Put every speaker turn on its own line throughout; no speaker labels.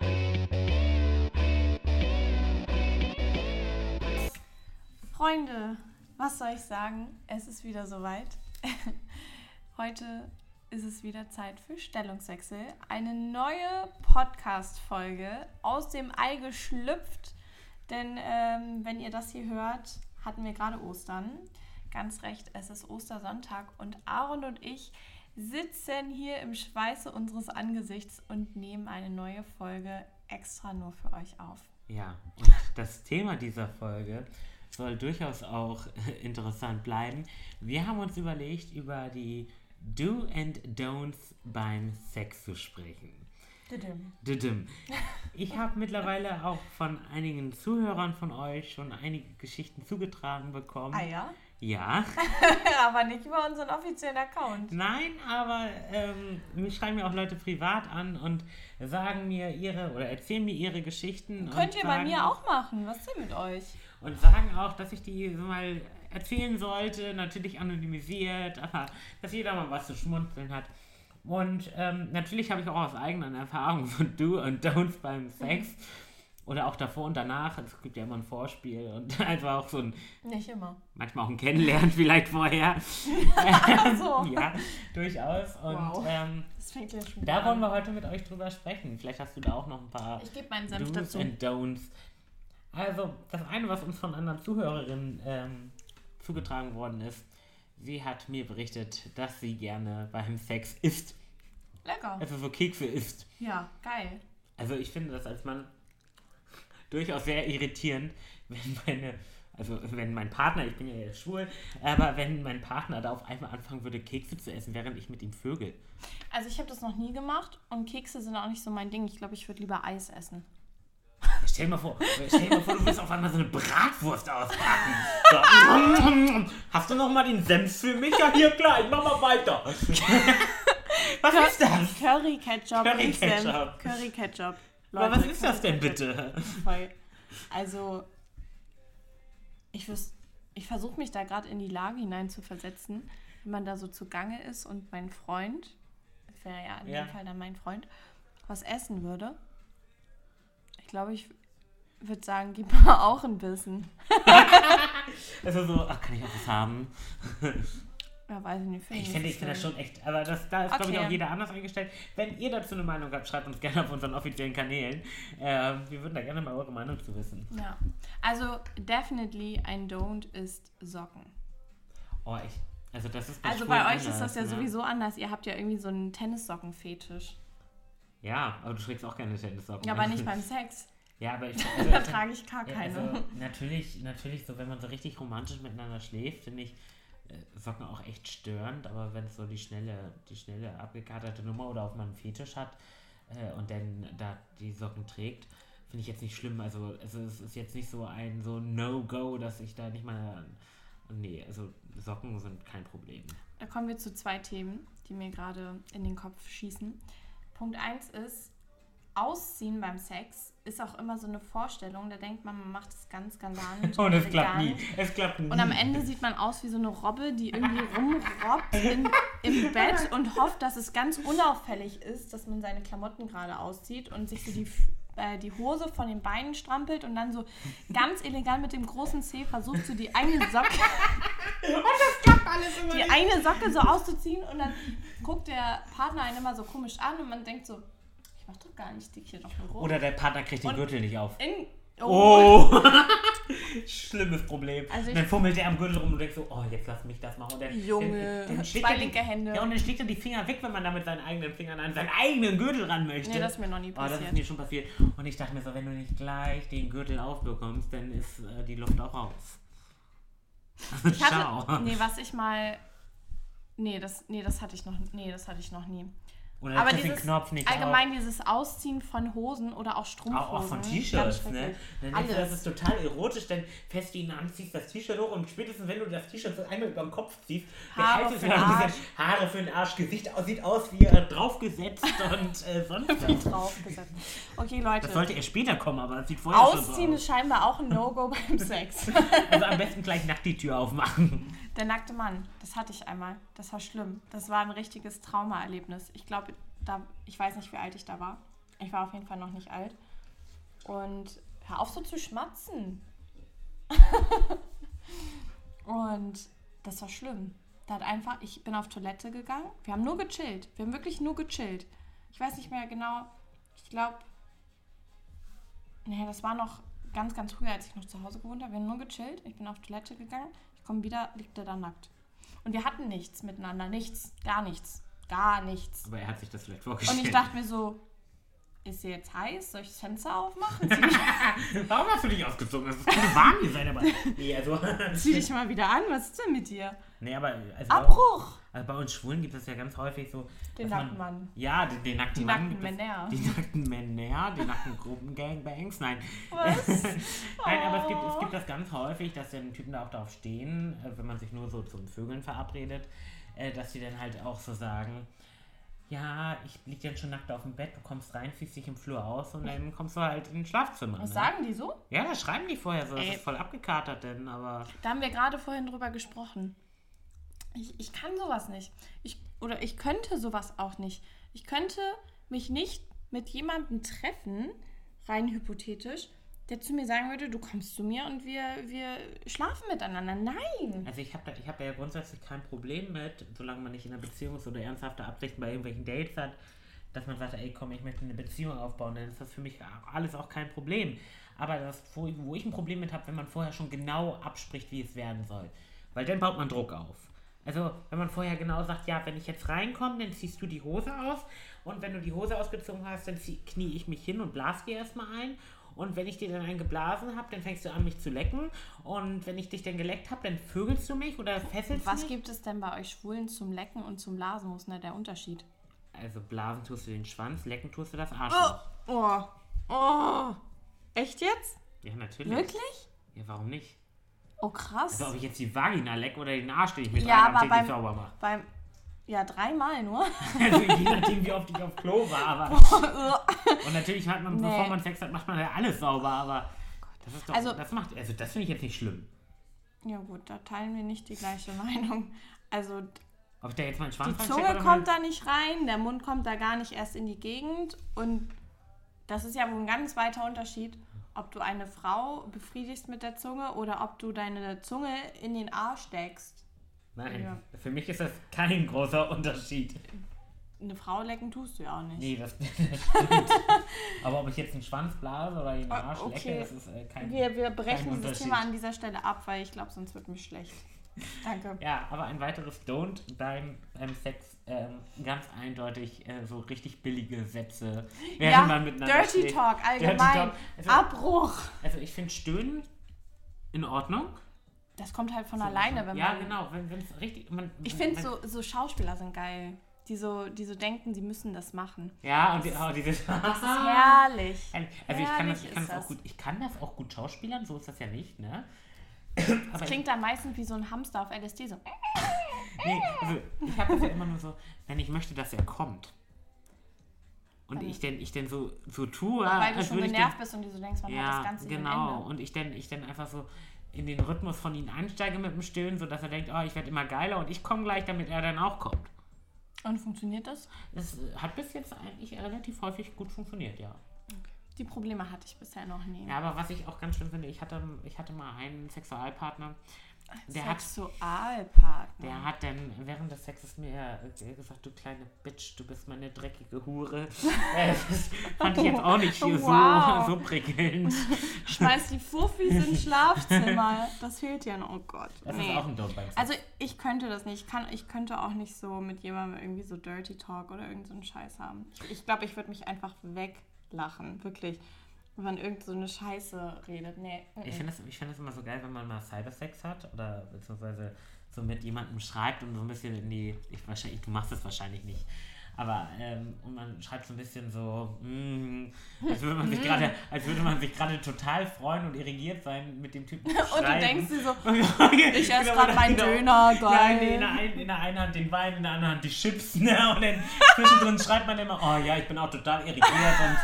Freunde, was soll ich sagen? Es ist wieder soweit. Heute ist es wieder Zeit für Stellungswechsel. Eine neue Podcast-Folge aus dem Ei geschlüpft. Denn ähm, wenn ihr das hier hört, hatten wir gerade Ostern. Ganz recht, es ist Ostersonntag und Aaron und ich sitzen hier im Schweiße unseres Angesichts und nehmen eine neue Folge extra nur für euch auf.
Ja, und das Thema dieser Folge soll durchaus auch interessant bleiben. Wir haben uns überlegt, über die Do and Don'ts beim Sex zu sprechen. Düdüm. Ich habe mittlerweile auch von einigen Zuhörern von euch schon einige Geschichten zugetragen bekommen.
Eier?
Ja,
Ah Aber nicht über unseren offiziellen Account.
nein, aber ähm, mich schreiben mir auch Leute privat an und sagen mir ihre oder erzählen mir ihre Geschichten.
Könnt ihr
und
bei
sagen,
mir auch machen. Was ist denn mit euch?
Und sagen auch, dass ich die so mal erzählen sollte, natürlich anonymisiert, aber dass jeder mal was zu schmunzeln hat. Und ähm, natürlich habe ich auch aus eigenen Erfahrungen so Do und Don'ts beim Sex oder auch davor und danach. Es gibt ja immer ein Vorspiel und also auch so ein,
Nicht immer.
manchmal auch ein Kennenlernen vielleicht vorher.
so.
ja, durchaus. Und
Oh. Wow.
ähm,
Das fängt ja schon
da
wieder
wollen
an.
wir heute mit euch drüber sprechen. Vielleicht hast du da auch noch ein paar
Ich gebe meinen Senf
Do's
dazu.
and Don'ts. Also, das eine, was uns von einer Zuhörerin ähm, zugetragen worden ist, sie hat mir berichtet, dass sie gerne beim Sex isst.
Lecker.
Also so Kekse isst.
Ja, geil.
Also ich finde das als Mann durchaus sehr irritierend, wenn meine, also wenn mein Partner, ich bin ja jetzt schwul, aber wenn mein Partner da auf einmal anfangen würde, Kekse zu essen, während ich mit ihm vögel.
Also ich habe das noch nie gemacht und Kekse sind auch nicht so mein Ding. Ich glaube, ich würde lieber Eis essen.
Stell dir mal vor, stell dir mal vor, du willst auf einmal so eine Bratwurst auspacken. So. Hast du noch mal den Senf für mich? Ja, hier, klar, ich mach mal weiter. Was ist das?
Curry Ketchup.
Curry
nicht Senf.
Ketchup.
Curry Ketchup.
Aber was ist
Curry
das denn
Ketchup
bitte?
ist voll. Also ich wüs ich versuche mich da gerade in die Lage hinein zu versetzen, wenn man da so zugange ist und mein Freund, das wäre ja in
Ja.
dem Fall dann mein Freund, was essen würde. Ich glaube, ich würde sagen, gib mir auch ein bisschen.
Also so, ach, kann ich auch was haben?
Ja, weiß ich nicht.
Ich
nicht
finde ich
so
finde das
schlimm.
schon echt, aber das, da ist, glaube ich,
Okay.
auch jeder anders eingestellt. Wenn ihr dazu eine Meinung habt, schreibt uns gerne auf unseren offiziellen Kanälen. Ähm, wir würden da gerne mal eure Meinung zu wissen.
Ja. Also, definitely ein Don't ist Socken.
Oh, ich, also das ist
Also
Schwulen
bei euch ist das
anders,
ja
ne?
sowieso anders. Ihr habt ja irgendwie so einen Tennissockenfetisch.
Ja, aber du trägst auch gerne Tennissocken.
Ja, aber nicht
bei.
beim Sex.
Ja, aber ich...
Da trage ich gar
Ja,
keine.
Also, natürlich, natürlich, so wenn man so richtig romantisch miteinander schläft, finde ich äh, Socken auch echt störend, aber wenn es so die schnelle, die schnelle abgekaterte Nummer oder auf einen Fetisch hat äh, und dann da die Socken trägt, finde ich jetzt nicht schlimm. Also es ist, ist jetzt nicht so ein so No-Go, dass ich da nicht mal. Nee, also Socken sind kein Problem.
Da kommen wir zu zwei Themen, die mir gerade in den Kopf schießen. Punkt 1 ist, Ausziehen beim Sex ist auch immer so eine Vorstellung. Da denkt man, man macht es ganz galant.
Und es
elegant.
klappt nie. Es klappt nie.
Und am Ende sieht man aus wie so eine Robbe, die irgendwie rumrobbt in, im Bett und hofft, dass es ganz unauffällig ist, dass man seine Klamotten gerade auszieht und sich so die, F- äh, die Hose von den Beinen strampelt und dann so ganz elegant mit dem großen Zeh versucht, so die eine Socke,
alles immer
die eine Socke so auszuziehen und dann guckt der Partner einen immer so komisch an und man denkt so, ich mach doch gar nicht dick hier doch nur rum.
Oder der Partner kriegt den
Und-
Gürtel nicht auf.
in,
Oh! Schlimmes Problem.
Also ich-
dann fummelt er am Gürtel rum und denkt so, oh, jetzt lass mich das machen. Und dann,
Junge,
dann, dann schlägt
zwei
er die-
linke Hände.
Ja, und dann schlägt er die Finger weg, wenn man da mit seinen eigenen Fingern an seinen eigenen Gürtel ran möchte.
Nee, das ist mir noch nie
Oh, das
passiert.
ist mir schon passiert. Und ich dachte mir so, wenn du nicht gleich den Gürtel aufbekommst, dann ist äh, die Luft auch raus.
Ich
Ciao.
hatte, nee, was ich mal. Nee, das, nee, das hatte ich noch, nee, das hatte ich noch nie.
Oder
Aber
kriegst du
dieses,
den Knopf nicht
allgemein dieses Ausziehen von Hosen oder auch
auf.
Strumpfhosen.
Auch, auch von
ganz
T-Shirts, ne?
schrecklich.
Dann denkst
Alles.
du, das ist total erotisch, denn fest ihn an, ziehst das T-Shirt hoch und spätestens, wenn du das T-Shirt so einmal über den Kopf ziehst,
Haare
behältst du
für den
dann diese
Arsch.
Haare für den Arsch, Gesicht aus, sieht aus wie äh, draufgesetzt und äh, sonst was.
draufgesetzt. Okay,
Das
Leute.
sollte erst später kommen, aber das sieht vorher schon so
Ausziehen
aus.
ist scheinbar auch ein No-Go beim Sex.
Also am besten gleich nackt die Tür aufmachen.
Der nackte Mann, das hatte ich einmal. Das war schlimm. Das war ein richtiges Traumaerlebnis. Ich glaube, da, ich weiß nicht, wie alt ich da war. Ich war auf jeden Fall noch nicht alt. Und hör auf so zu schmatzen. Und das war schlimm. Da hat einfach, ich bin auf Toilette gegangen. Wir haben nur gechillt. Wir haben wirklich nur gechillt. Ich weiß nicht mehr genau. Ich glaube, nee, das war noch ganz, ganz früher, als ich noch zu Hause gewohnt habe. Wir haben nur gechillt. Ich bin auf Toilette gegangen. Ich komme wieder, liegt er da nackt. Und wir hatten nichts miteinander. Nichts. Gar nichts. Gar nichts.
Aber er hat sich das vielleicht
Und
vorgestellt.
ich dachte mir so, ist sie jetzt heiß? Soll ich das Fenster aufmachen? Zieh dich,
Warum hast du dich ausgezogen? Das könnte warm hier sein, aber. Nee, also.
zieh dich mal wieder an. Was ist denn mit dir?
nee, aber. Also
Abbruch!
Also bei uns Schwulen gibt es ja ganz häufig so.
Den
dass
nackten Mann.
Ja, den, den nackten
Die
Mann.
nackten
gibt es-
Männer.
Die nackten Männer, die nackten Gruppengangbangs. Nein.
Was?
Nein, aber es gibt, es gibt das ganz häufig, dass dann Typen da auch darauf stehen, äh, wenn man sich nur so zum Vögeln verabredet, äh, dass die dann halt auch so sagen. Ja, ich lieg dann schon nackt auf dem Bett, du kommst rein, ziehst dich im Flur aus und dann kommst du halt ins Schlafzimmer.
Was
ne?
sagen die so?
Ja, das schreiben die vorher so. Das
Ey.
ist voll abgekatert denn, aber.
Da haben wir gerade vorhin drüber gesprochen. Ich, ich kann sowas nicht. Ich, oder ich könnte sowas auch nicht. Ich könnte mich nicht mit jemandem treffen, rein hypothetisch, der zu mir sagen würde, du kommst zu mir und wir, wir schlafen miteinander. Nein!
Also ich habe da, ich hab da ja grundsätzlich kein Problem mit, solange man nicht in einer Beziehung ist oder ernsthafte Absichten bei irgendwelchen Dates hat, dass man sagt, ey komm, ich möchte eine Beziehung aufbauen, dann ist das für mich alles auch kein Problem. Aber das, wo, ich- wo ich ein Problem mit habe, wenn man vorher schon genau abspricht, wie es werden soll. Weil dann baut man Druck auf. Also wenn man vorher genau sagt, ja, wenn ich jetzt reinkomme, dann ziehst du die Hose aus und wenn du die Hose ausgezogen hast, dann zieh, knie ich mich hin und blas dir erstmal ein und wenn ich dir dann einen geblasen habe, dann fängst du an, mich zu lecken. Und wenn ich dich dann geleckt habe, dann vögelst du mich oder fesselst
Was
mich.
gibt es denn bei euch Schwulen zum Lecken und zum Blasen? Wo ist denn da der Unterschied?
Also blasen tust du den Schwanz, lecken tust du das Arschloch.
Oh! Oh! Echt jetzt?
Ja, natürlich.
Oh! Wirklich?
Ja, warum nicht?
Oh, krass.
Also ob ich jetzt die Vagina leck oder den Arsch, den ich mit
Ja, aber
einem Arm täglich
beim-
sauber mache.
Beim. Ja, dreimal nur.
Also je nachdem, wie oft ich auf Klo war. Aber und natürlich hat man,
Nee.
bevor man Sex hat, macht man ja alles sauber. Aber das ist doch,
Also-
also, das macht, also das finde ich jetzt nicht schlimm.
Ja gut, da teilen wir nicht die gleiche Meinung. Also
Ob ich da jetzt meinen
die
Schwanz reinstecke
Zunge
oder
kommt da nicht rein, der Mund kommt da gar nicht erst in die Gegend und das ist ja wohl ein ganz weiter Unterschied, ob du eine Frau befriedigst mit der Zunge oder ob du deine Zunge in den Arsch steckst.
Nein,
Ja.
für mich ist das kein großer Unterschied.
Eine Frau lecken tust du ja auch nicht.
Nee, das, das stimmt. Aber ob ich jetzt einen Schwanz blase oder den
Ah,
Arsch
okay.
lecke, das ist äh, kein
Wir, wir
kein
brechen dieses
Unterschied.
Thema an dieser Stelle ab, weil ich glaube, sonst wird mir schlecht. Danke.
Ja, aber ein weiteres Don't beim, beim Sex ähm, ganz eindeutig äh, so richtig billige Sätze, während
Ja,
man miteinander
Dirty
schläft.
Talk allgemein.
Dirty Talk. Also,
Abbruch.
also ich finde Stöhnen in Ordnung.
Das kommt halt von alleine, wenn
ja,
man
genau, wenn es richtig... Man,
Ich finde so, so Schauspieler sind geil. Die so, die so denken, sie müssen das machen.
Ja, und die, oh, dieses...
Das ist herrlich.
Also ich kann, das,
Herrlich
ich, kann
ist
das auch
das.
gut, ich kann das auch gut schauspielern, so ist das ja nicht, ne?
Das klingt dann meistens wie so ein Hamster auf LSD. So.
Ah, Nee, also ich habe das ja immer nur so, wenn ich möchte, dass er kommt. Und ich denn, ich denn so, so tue,
Weil du
als
schon
würde ich
genervt
denn,
bist und du so denkst, man hat das
ja,
Ganze
genau.
Ende.
Und ich denn, ich denn einfach so in den Rhythmus von ihm einsteige mit dem Stöhnen, sodass er denkt, oh, ich werde immer geiler und ich komme gleich, damit er dann auch kommt.
Und funktioniert das?
Das äh, hat bis jetzt eigentlich relativ häufig gut funktioniert, ja.
Die Probleme hatte ich bisher noch nie.
Ja, aber was ich auch ganz schlimm finde, ich hatte, ich hatte mal einen Sexualpartner, der hat
Sexualpartner.
Der hat dann während des Sexes mir äh, gesagt, du kleine Bitch, du bist meine dreckige Hure. Äh, das fand ich jetzt auch nicht hier
Wow.
so, so prickelnd.
Schmeiß die Fuffis ins Schlafzimmer. Das fehlt ja noch. Oh Gott.
Das
Nee.
ist auch ein Dummbein.
Also ich könnte das nicht. Ich, kann, ich könnte auch nicht so mit jemandem irgendwie so Dirty Talk oder irgend so einen Scheiß haben. Ich, ich glaube, ich würde mich einfach weglachen, wirklich. Wenn man irgend so eine Scheiße redet. Nee. mm,
ich
mm.
finde das, ich find das immer so geil, wenn man mal Cybersex hat oder beziehungsweise so mit jemandem schreibt und so ein bisschen in die. Ich, wahrscheinlich, du machst das wahrscheinlich nicht. Aber ähm, und man schreibt so ein bisschen so, mm, als würde man sich gerade, als würde man sich gerade total freuen und irrigiert sein mit dem Typen. zu
Und du
schreiben. Genau,
denkst dir so,
ich
ich esse gerade meinen Döner,
Ja, in,
geil.
in, der einen, in der einen Hand den Wein, in der anderen Hand die Chips, ne? Und dann zwischendrin schreibt man immer, oh ja, ich bin auch total irritiert und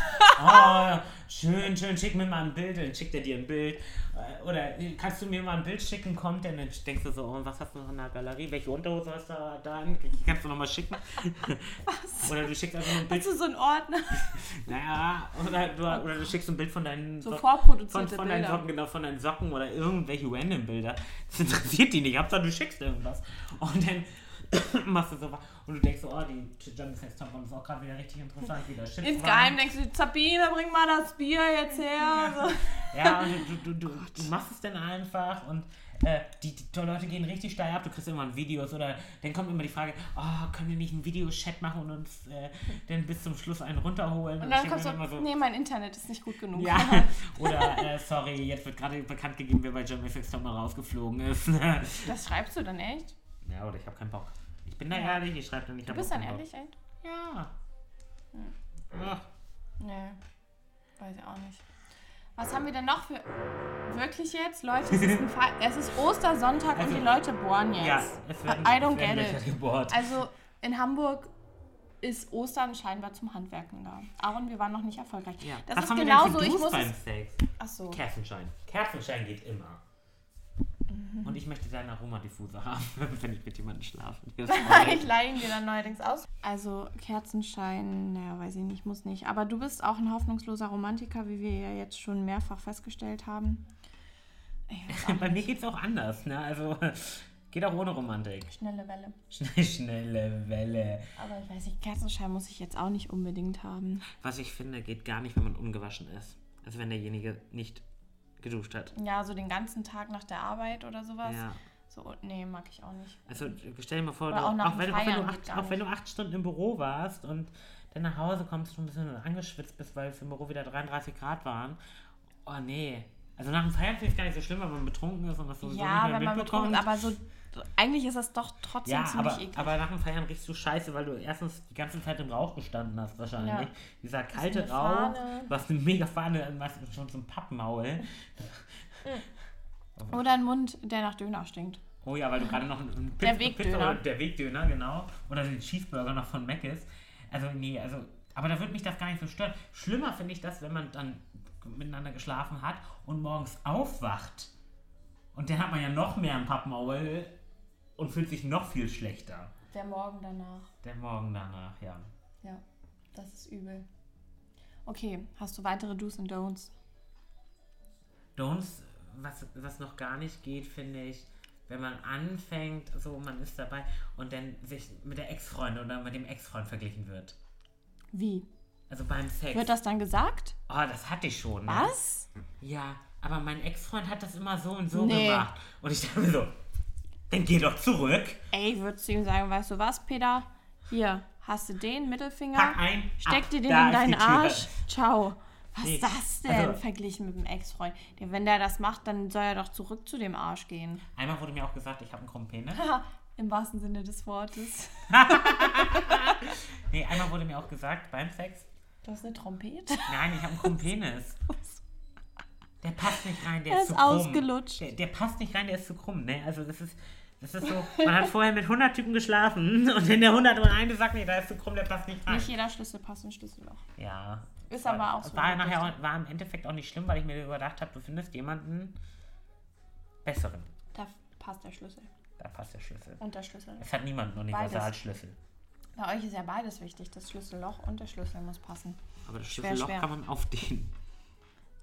oh, schön, schön, schick mir mal ein Bild, dann schickt er dir ein Bild. Äh, Oder äh, kannst du mir mal ein Bild schicken, kommt er, dann denkst du so, oh, was hast du noch in der Galerie, welche Unterhose hast du da, da an? kannst du nochmal schicken? Was? Oder du schickst einfach nur ein Bild,
Hast du so einen Ordner?
naja, oder du, oder du schickst ein Bild von deinen
So
Socken- von,
vorproduzierte
von deinen
Bilder.
Socken, genau, von deinen Socken oder irgendwelche random Bilder. Das interessiert die nicht. Hauptsache, du schickst irgendwas. Und dann machst du so was. Und du denkst so, oh, die Jump Fest Top ist auch gerade wieder richtig interessant. Wieder Chips waren.
Insgeheim denkst du, Sabine, bring mal das Bier jetzt her. So.
Ja, und du, du, du,
Oh
du machst es dann einfach und äh, die, die die Leute gehen richtig steil ab. Du kriegst irgendwann Videos oder dann kommt immer die Frage, oh, können wir nicht einen Videochat machen und uns äh, dann bis zum Schluss einen runterholen?
Und
ich
dann
denk mir
kommst du,
immer so,
nee, mein Internet ist nicht gut genug.
Ja, oder äh, sorry, jetzt wird gerade bekannt gegeben, wer bei JamFX doch mal rausgeflogen ist. ja,
Das schreibst du dann echt?
oder ich habe keinen Bock. Ich bin da ehrlich, ich schreibe dann nicht
Du bist dann ehrlich, Hm. echt?
Ja. Ach,
Nee, weiß ich auch nicht. Was haben wir denn noch für... Wirklich jetzt? Leute, es ist, ein Fall. es ist Ostersonntag und
Also-
die Leute bohren jetzt.
ja, es werden,
I don't
es
get
werden Löcher
it.
gebohrt.
Also in Hamburg ist Ostern scheinbar zum Handwerken da. Aaron, wir waren noch nicht erfolgreich.
Ja.
Das
Was
ist
haben
genauso,
wir denn für
ich
Do's
muss
beim
es, Oh.
Sex?
ach so.
Kerzenschein. Kerzenschein geht immer.
Mhm.
Und ich möchte deinen Aromadiffuser haben, wenn ich mit jemandem schlafe. Der ist
ich leihe ihn dir dann neuerdings aus. Also Kerzenschein, naja, weiß ich nicht, muss nicht. Aber du bist auch ein hoffnungsloser Romantiker, wie wir ja jetzt schon mehrfach festgestellt haben. Ich weiß auch
Bei mir
nicht.
geht's auch anders, ne? Also geht auch ohne Romantik.
Schnelle Welle.
Schnell, schnelle Welle.
Aber ich weiß nicht, Kerzenschein muss ich jetzt auch nicht unbedingt haben.
Was ich finde, geht gar nicht, wenn man ungewaschen ist. Also wenn derjenige nicht geduscht hat.
Ja, so den ganzen Tag nach der Arbeit oder sowas.
Ja.
So, nee, mag ich auch nicht.
Also stell dir mal vor, du,
Oder auch
auch,
nach dem
wenn, auch, wenn du
Feiern geht
acht,
gar
auch wenn du acht Stunden im Büro warst und dann nach Hause kommst und ein bisschen angeschwitzt bist, weil es im Büro wieder 33 Grad waren. Oh nee. Also nach dem Feiern finde ich es gar nicht so schlimm, wenn man betrunken ist und das sowieso
ja,
nicht mehr
wenn man
mitbekommt.
betrunken, aber so eigentlich ist das doch trotzdem
ja,
ziemlich
aber,
eklig.
aber nach dem Feiern riechst du scheiße, weil du erstens die ganze Zeit im Rauch gestanden hast wahrscheinlich.
Ja.
Dieser kalte
eine
Rauch,
Fahne.
was eine mega Fahne, was schon zum Pappmaul.
Oder ein Mund, der nach Döner stinkt.
Oh ja, weil du gerade noch einen
Der
Pizza-
Wegdöner.
Pizza- der Wegdöner, genau. Oder den Cheeseburger noch von Mac ist. Also, nee, also. Aber da würde mich das gar nicht so stören. Schlimmer finde ich das, wenn man dann miteinander geschlafen hat und morgens aufwacht. Und dann hat man ja noch mehr im Pappmaul und fühlt sich noch viel schlechter.
Der Morgen danach.
Der Morgen danach, ja.
Ja, das ist übel. Okay, hast du weitere Do's und Don'ts?
Don'ts, was, was noch gar nicht geht, finde ich, wenn man anfängt, so man ist dabei und dann sich mit der Ex-Freundin oder mit dem Ex-Freund verglichen wird.
Wie?
Also beim Sex.
Wird das dann gesagt?
Oh, das hatte ich schon. ne?
Was?
Ja, aber mein Ex-Freund hat das immer so und so
Nee.
gemacht. Und ich dachte mir so, dann geh doch zurück,
Ey, ich würde zu ihm sagen, weißt du was, Peter? Hier, hast du den Mittelfinger?
pack ein,
Steck
ab,
dir den
da
in
ist die
deinen
Tür.
Arsch. Ciao. Was
Nee,
ist das denn
also-
verglichen mit dem Ex-Freund? Der- Wenn der das macht, dann soll er doch zurück zu dem Arsch gehen.
Einmal wurde mir auch gesagt, ich habe einen ne? krummen Penis.
Im wahrsten Sinne des Wortes.
Nee, einmal wurde mir auch gesagt, beim Sex,
Du hast eine Trompete?
nein, ich habe einen krummen Penis. Der passt nicht rein, der
Er
ist,
ist
zu krumm.
ausgelutscht.
Der, der passt nicht rein, der ist zu krumm, ne? Also das ist, das ist so, man hat vorher mit 100 Typen geschlafen und in der 101. sagt, nee, da ist zu krumm, der passt nicht rein.
Nicht jeder Schlüssel passt in Schlüsselloch.
Ja.
Ist
War-
aber auch so
War,
gut,
nachher
dass
auch, war im Endeffekt auch nicht schlimm, weil ich mir überdacht habe, du findest jemanden besseren.
Da passt der Schlüssel
Da passt der Schlüssel.
und der Schlüssel.
Es hat niemand einen
Beides.
Universalschlüssel.
Bei euch ist ja beides wichtig. Das Schlüsselloch und der Schlüssel muss passen.
Aber das
Schwer, schwer.
man aufdehnen.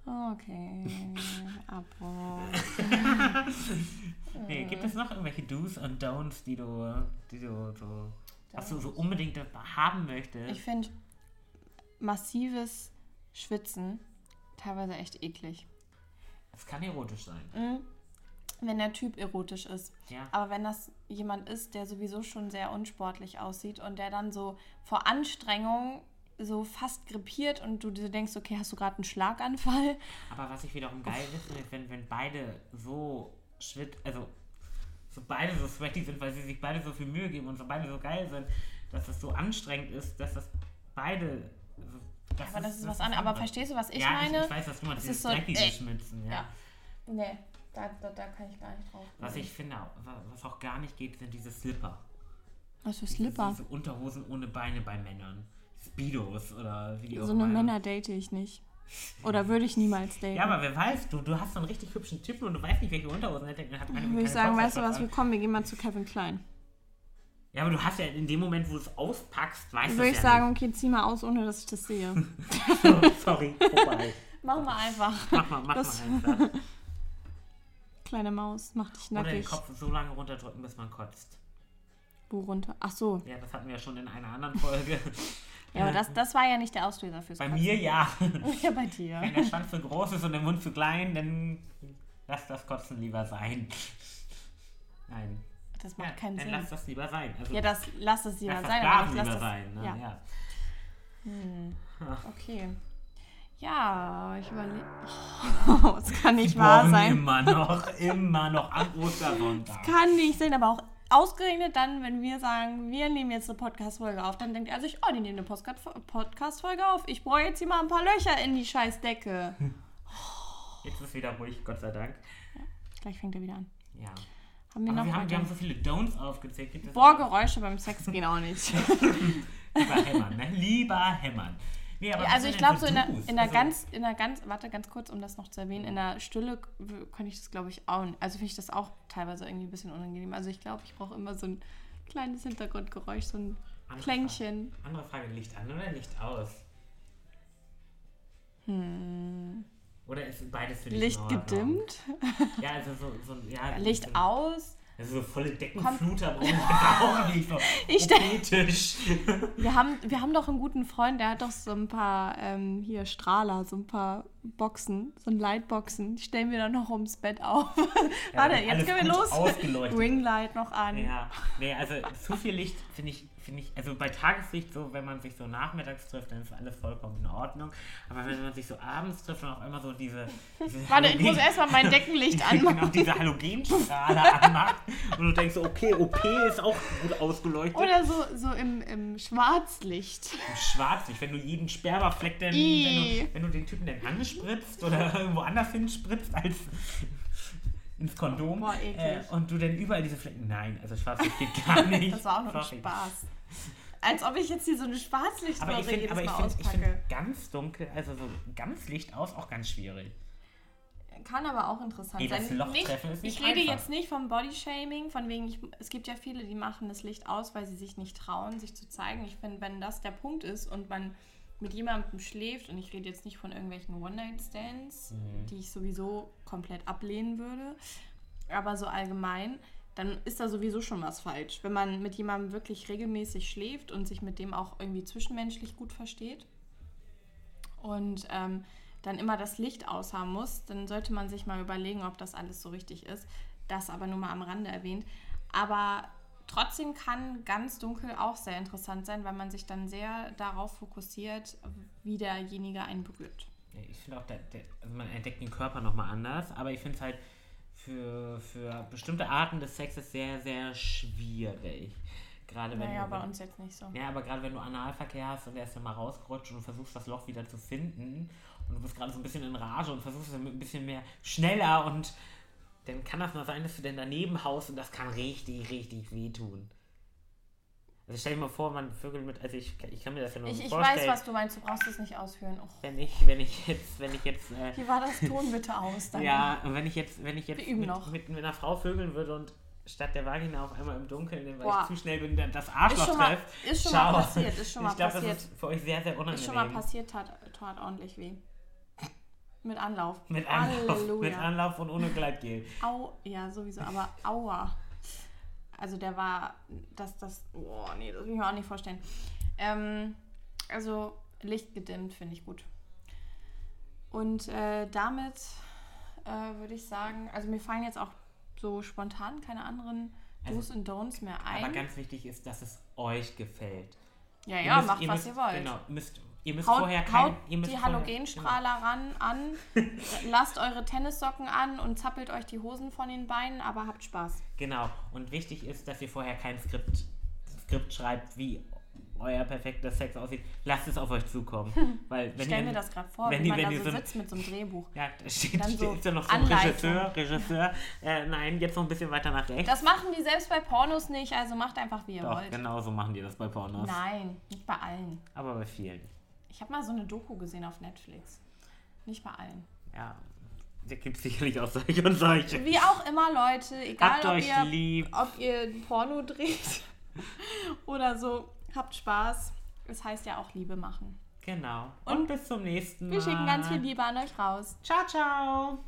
Okay. Aber. Mhm.
Nee, Äh, gibt es noch irgendwelche Do's und Don'ts, die du, die du so, was du so unbedingt haben möchtest?
Ich finde massives Schwitzen teilweise echt eklig.
das kann erotisch sein.
Mhm. Wenn der Typ erotisch ist.
Ja.
Aber wenn das jemand ist, der sowieso schon sehr unsportlich aussieht und der dann so vor Anstrengung so fast krepiert und du dir denkst, okay, hast du gerade einen Schlaganfall?
Aber was ich wiederum geil finde, ist, wenn, wenn beide so schwit, also so beide so sweaty sind, weil sie sich beide so viel Mühe geben und so beide so geil sind, dass das so anstrengend ist, dass das beide. Also,
Aber das ist was anderes. Aber verstehst du, was ich
ja,
meine?
Ich, ich weiß, was du meinst,
es
dieses
ist so
so
ein
dreckige
äh,
Schmitzen, ja.
ja. Nee, da, da, da kann ich gar nicht drauf.
Was ich finde, wa- was auch gar nicht geht, sind diese Slipper.
Was für
Diese-
Slipper?
Diese Unterhosen ohne Beine bei Männern. Speedos oder wie die auch
So eine
immer heißen.
Männer date ich nicht. Oder würde ich niemals daten.
Ja, aber wer weiß, du, du hast so einen richtig hübschen Typen und du weißt nicht, welche Unterhosen er trägt. und hat keine-
Hm, würde
keine
ich sagen, weißt du was,
Boxershorts
wir
an.
kommen, wir gehen mal zu Kevin Klein.
Ja, aber du hast ja in dem Moment, wo du es auspackst, weißt
Dann
du es
würde
ja
ich sagen, okay, zieh mal aus, ohne dass ich das sehe.
nicht. Sorry, vorbei.
mach mal einfach.
Mach mal, mach
Das-
mal einfach.
Kleine Maus, mach dich
Oder den
nackig.
Kopf so lange runterdrücken, bis man kotzt.
Wo runter? Ach so.
Ja, das hatten wir ja schon in einer anderen Folge.
Ja, aber das, das war ja nicht der Auslöser fürs
Bei
Kotzen.
mir ja.
Ja, bei dir.
Wenn der Schwanz zu groß ist und der Mund zu klein, dann lass das Kotzen lieber sein. Nein.
Das
Ja,
macht keinen
dann
Sinn.
lass das lieber sein. Also,
Ja, das lass es
lass
lieber
das
sein, aber
Blasen
nicht lass
lieber
das.
sein. Ne?
ja.
Ja.
Hm. Okay. Ja, ich überlege. Oh, es kann nicht wahr
Morgen
sein.
Immer noch, immer noch am Ostersonntag.
Kann nicht sein, aber auch ausgerechnet dann, wenn wir sagen, wir nehmen jetzt eine Podcast-Folge auf, dann denkt er sich, oh, die nehmen eine Postka- Podcast-Folge auf. Ich bohre jetzt hier mal ein paar Löcher in die scheiß Decke.
Hm. Jetzt ist wieder ruhig, Gott sei Dank.
Gleich fängt er wieder an.
Ja.
Haben wir
Aber
noch
wir haben, wir haben
weiter?
so viele Don'ts aufgezählt. gibt es-
Bohrgeräusche beim Sex gehen auch nicht.
Lieber hämmern, ne? Lieber hämmern. Nee, aber
Ja,
was
also
sind
ich
denn
glaube so
so
in der,
Do's?
in der
Also,
ganz, in der ganz, warte ganz kurz, um das noch zu erwähnen, in der Stille kann ich das glaube ich auch, nicht- also finde ich das auch teilweise irgendwie ein bisschen unangenehm. Also ich glaube, ich brauche immer so ein kleines Hintergrundgeräusch, so ein
andere
Klängchen.
Frage. Andere Frage, Licht an oder Licht aus?
Hm.
Oder ist beides für dich in
Licht
Ordnung?
gedimmt,
Ja, also so, so ein- ja, so,
Licht aus.
Also so volle Deckenfluter brauchen wir auch nicht. So
Ich stell-
poetisch.
Wir haben, wir haben doch einen guten Freund, der hat doch so ein paar ähm, hier Strahler, so ein paar Boxen, so ein Lightboxen. Die stellen wir dann noch ums Bett auf. Warte,
alles
jetzt können wir
gut
los.
Ausgeleuchtet.
Ringlight noch an.
Ja, nee, also zu viel Licht finde ich, finde ich, also bei Tageslicht so, wenn man sich so nachmittags trifft, dann ist alles vollkommen in Ordnung. Aber wenn man sich so abends trifft und auf einmal so diese. diese
Warte, ich muss
Halogen-
erstmal mein Deckenlicht anmachen.
Genau, diese Halogenstrahler anmacht und du denkst so, okay, OP ist auch gut ausgeleuchtet.
Oder so, so im, im Schwarzlicht.
Im Schwarzlicht, wenn du jeden Spermafleck denn, wenn
Ih.
du, wenn du den Typen dann anspritzt oder irgendwo anders hinspritzt als ins Kondom
Boah, eklig.
äh, und du dann überall diese Flecken. Nein, also Schwarzlicht geht gar nicht.
Das war auch nur ein
Sorry.
Spaß. Als ob ich jetzt hier so eine
Aber
Schwarzlichtröhre
ich finde
jedes Mal
find, ich
auspacke.
find ganz dunkel, also so ganz Licht aus, auch ganz schwierig.
Kann aber auch interessant
Ey, das
sein.
Loch treffen ist nicht
ich rede
einfach.
jetzt nicht vom Bodyshaming, von wegen, ich, es gibt ja viele, die machen das Licht aus, weil sie sich nicht trauen, sich zu zeigen. Ich finde, wenn das der Punkt ist und man mit jemandem schläft, und ich rede jetzt nicht von irgendwelchen One-Night-Stands,
Mhm.
die ich sowieso komplett ablehnen würde, aber so allgemein, dann ist da sowieso schon was falsch. Wenn man mit jemandem wirklich regelmäßig schläft und sich mit dem auch irgendwie zwischenmenschlich gut versteht und ähm, dann immer das Licht aushaben muss, dann sollte man sich mal überlegen, ob das alles so richtig ist. Das aber nur mal am Rande erwähnt. Aber trotzdem kann ganz dunkel auch sehr interessant sein, weil man sich dann sehr darauf fokussiert, wie derjenige einen berührt.
Ich finde auch, der, der, also man entdeckt den Körper nochmal anders, aber ich finde es halt für, für bestimmte Arten des Sexes sehr, sehr schwierig. Gerade wenn
Naja,
du,
bei uns jetzt nicht so.
Ja, aber gerade wenn du Analverkehr hast und erst einmal rausgerutscht und du versuchst das Loch wieder zu finden und du bist gerade so ein bisschen in Rage und versuchst es mit ein bisschen mehr schneller und dann kann das mal sein, dass du denn daneben haust und das kann richtig, richtig wehtun. Also stell dir mal vor, man vögelt mit, also ich, ich kann mir das ja nur
Ich, ich
vorstellen.
weiß, was du meinst, du brauchst es nicht ausführen. Och,
wenn ich, wenn ich jetzt, wenn ich jetzt, äh,
hier war das Ton bitte aus. Danke.
ja, und wenn ich jetzt, wenn ich jetzt
Wir üben
mit,
noch.
mit, mit einer Frau vögeln würde und statt der Vagina auf einmal im Dunkeln, weil
Boah.
ich zu schnell bin, dann das
Ist
Arschloch
schon mal,
trefft.
ist schon
Ciao.
mal passiert, ist schon mal
Ich glaube, das
passiert.
ist für euch sehr, sehr unangenehm.
Ist schon mal passiert, tat, tat ordentlich weh. Mit Anlauf.
Mit Anlauf,
Halleluja.
mit Anlauf und ohne Gleitgel.
Au, ja, sowieso, aber aua. Also der war, das, das, oh nee, das will ich mir auch nicht vorstellen. Ähm, also Licht gedimmt finde ich gut. Und äh, damit äh, würde ich sagen, also mir fallen jetzt auch so spontan keine anderen
Also-
Do's und Don'ts mehr
Aber
ein.
ganz wichtig ist, dass es euch gefällt.
Ja,
Ihr
ja,
müsst-
macht was
müsst,
ihr wollt.
Genau, müsst, ihr müsst
Haut,
vorher kein...
haut
Ihr müsst
die
vorher- genau.
Halogenstrahler ran an, lasst eure Tennissocken an und zappelt euch die Hosen von den Beinen, aber habt Spaß.
Genau, und wichtig ist, dass ihr vorher kein Skript, Skript schreibt, wie euer perfekter Sex aussieht. Lasst es auf euch zukommen. Weil
Ich
wenn
stell
ihr,
mir das gerade vor,
wenn
wie
ihr-
man
wenn
da
ihr
so
so ein-
sitzt mit so einem Drehbuch.
Ja, da steht,
Dann so
steht ja noch so ein
Anleitung.
Regisseur, Regisseur. Äh, nein, jetzt noch ein bisschen weiter nach rechts.
Das machen die selbst bei Pornos nicht, also macht einfach, wie ihr
Doch,
wollt.
genau so machen die das bei Pornos.
Nein, nicht bei allen.
Aber bei vielen.
Ich habe mal so eine Doku gesehen auf Netflix. Nicht bei allen.
Ja, da gibt es sicherlich auch solche und solche.
Wie auch immer, Leute, egal
Habt
ob
euch
ihr,
lieb.
ob ihr ein Porno dreht oder so, habt Spaß. Es heißt ja auch Liebe machen.
Genau.
Und
bis zum nächsten Mal.
Wir schicken ganz viel Liebe an euch raus.
Ciao, ciao.